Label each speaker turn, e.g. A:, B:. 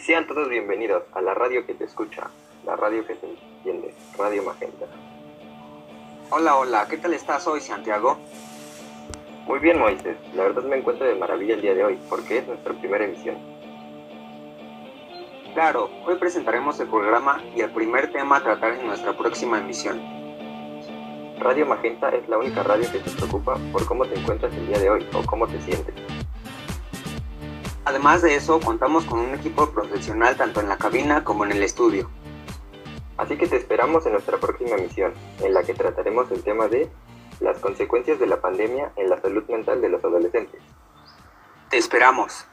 A: Sean todos bienvenidos a la radio que te escucha, la radio que te entiende, Radio Magenta.
B: Hola, hola, ¿qué tal estás hoy, Santiago?
A: Muy bien, Moisés. La verdad me encuentro de maravilla el día de hoy, porque es nuestra primera emisión.
B: Claro, hoy presentaremos el programa y el primer tema a tratar en nuestra próxima emisión.
A: Radio Magenta es la única radio que te preocupa por cómo te encuentras el día de hoy o cómo te sientes.
B: Además de eso, contamos con un equipo profesional tanto en la cabina como en el estudio.
A: Así que te esperamos en nuestra próxima emisión, en la que trataremos el tema de las consecuencias de la pandemia en la salud mental de los adolescentes.
B: Te esperamos.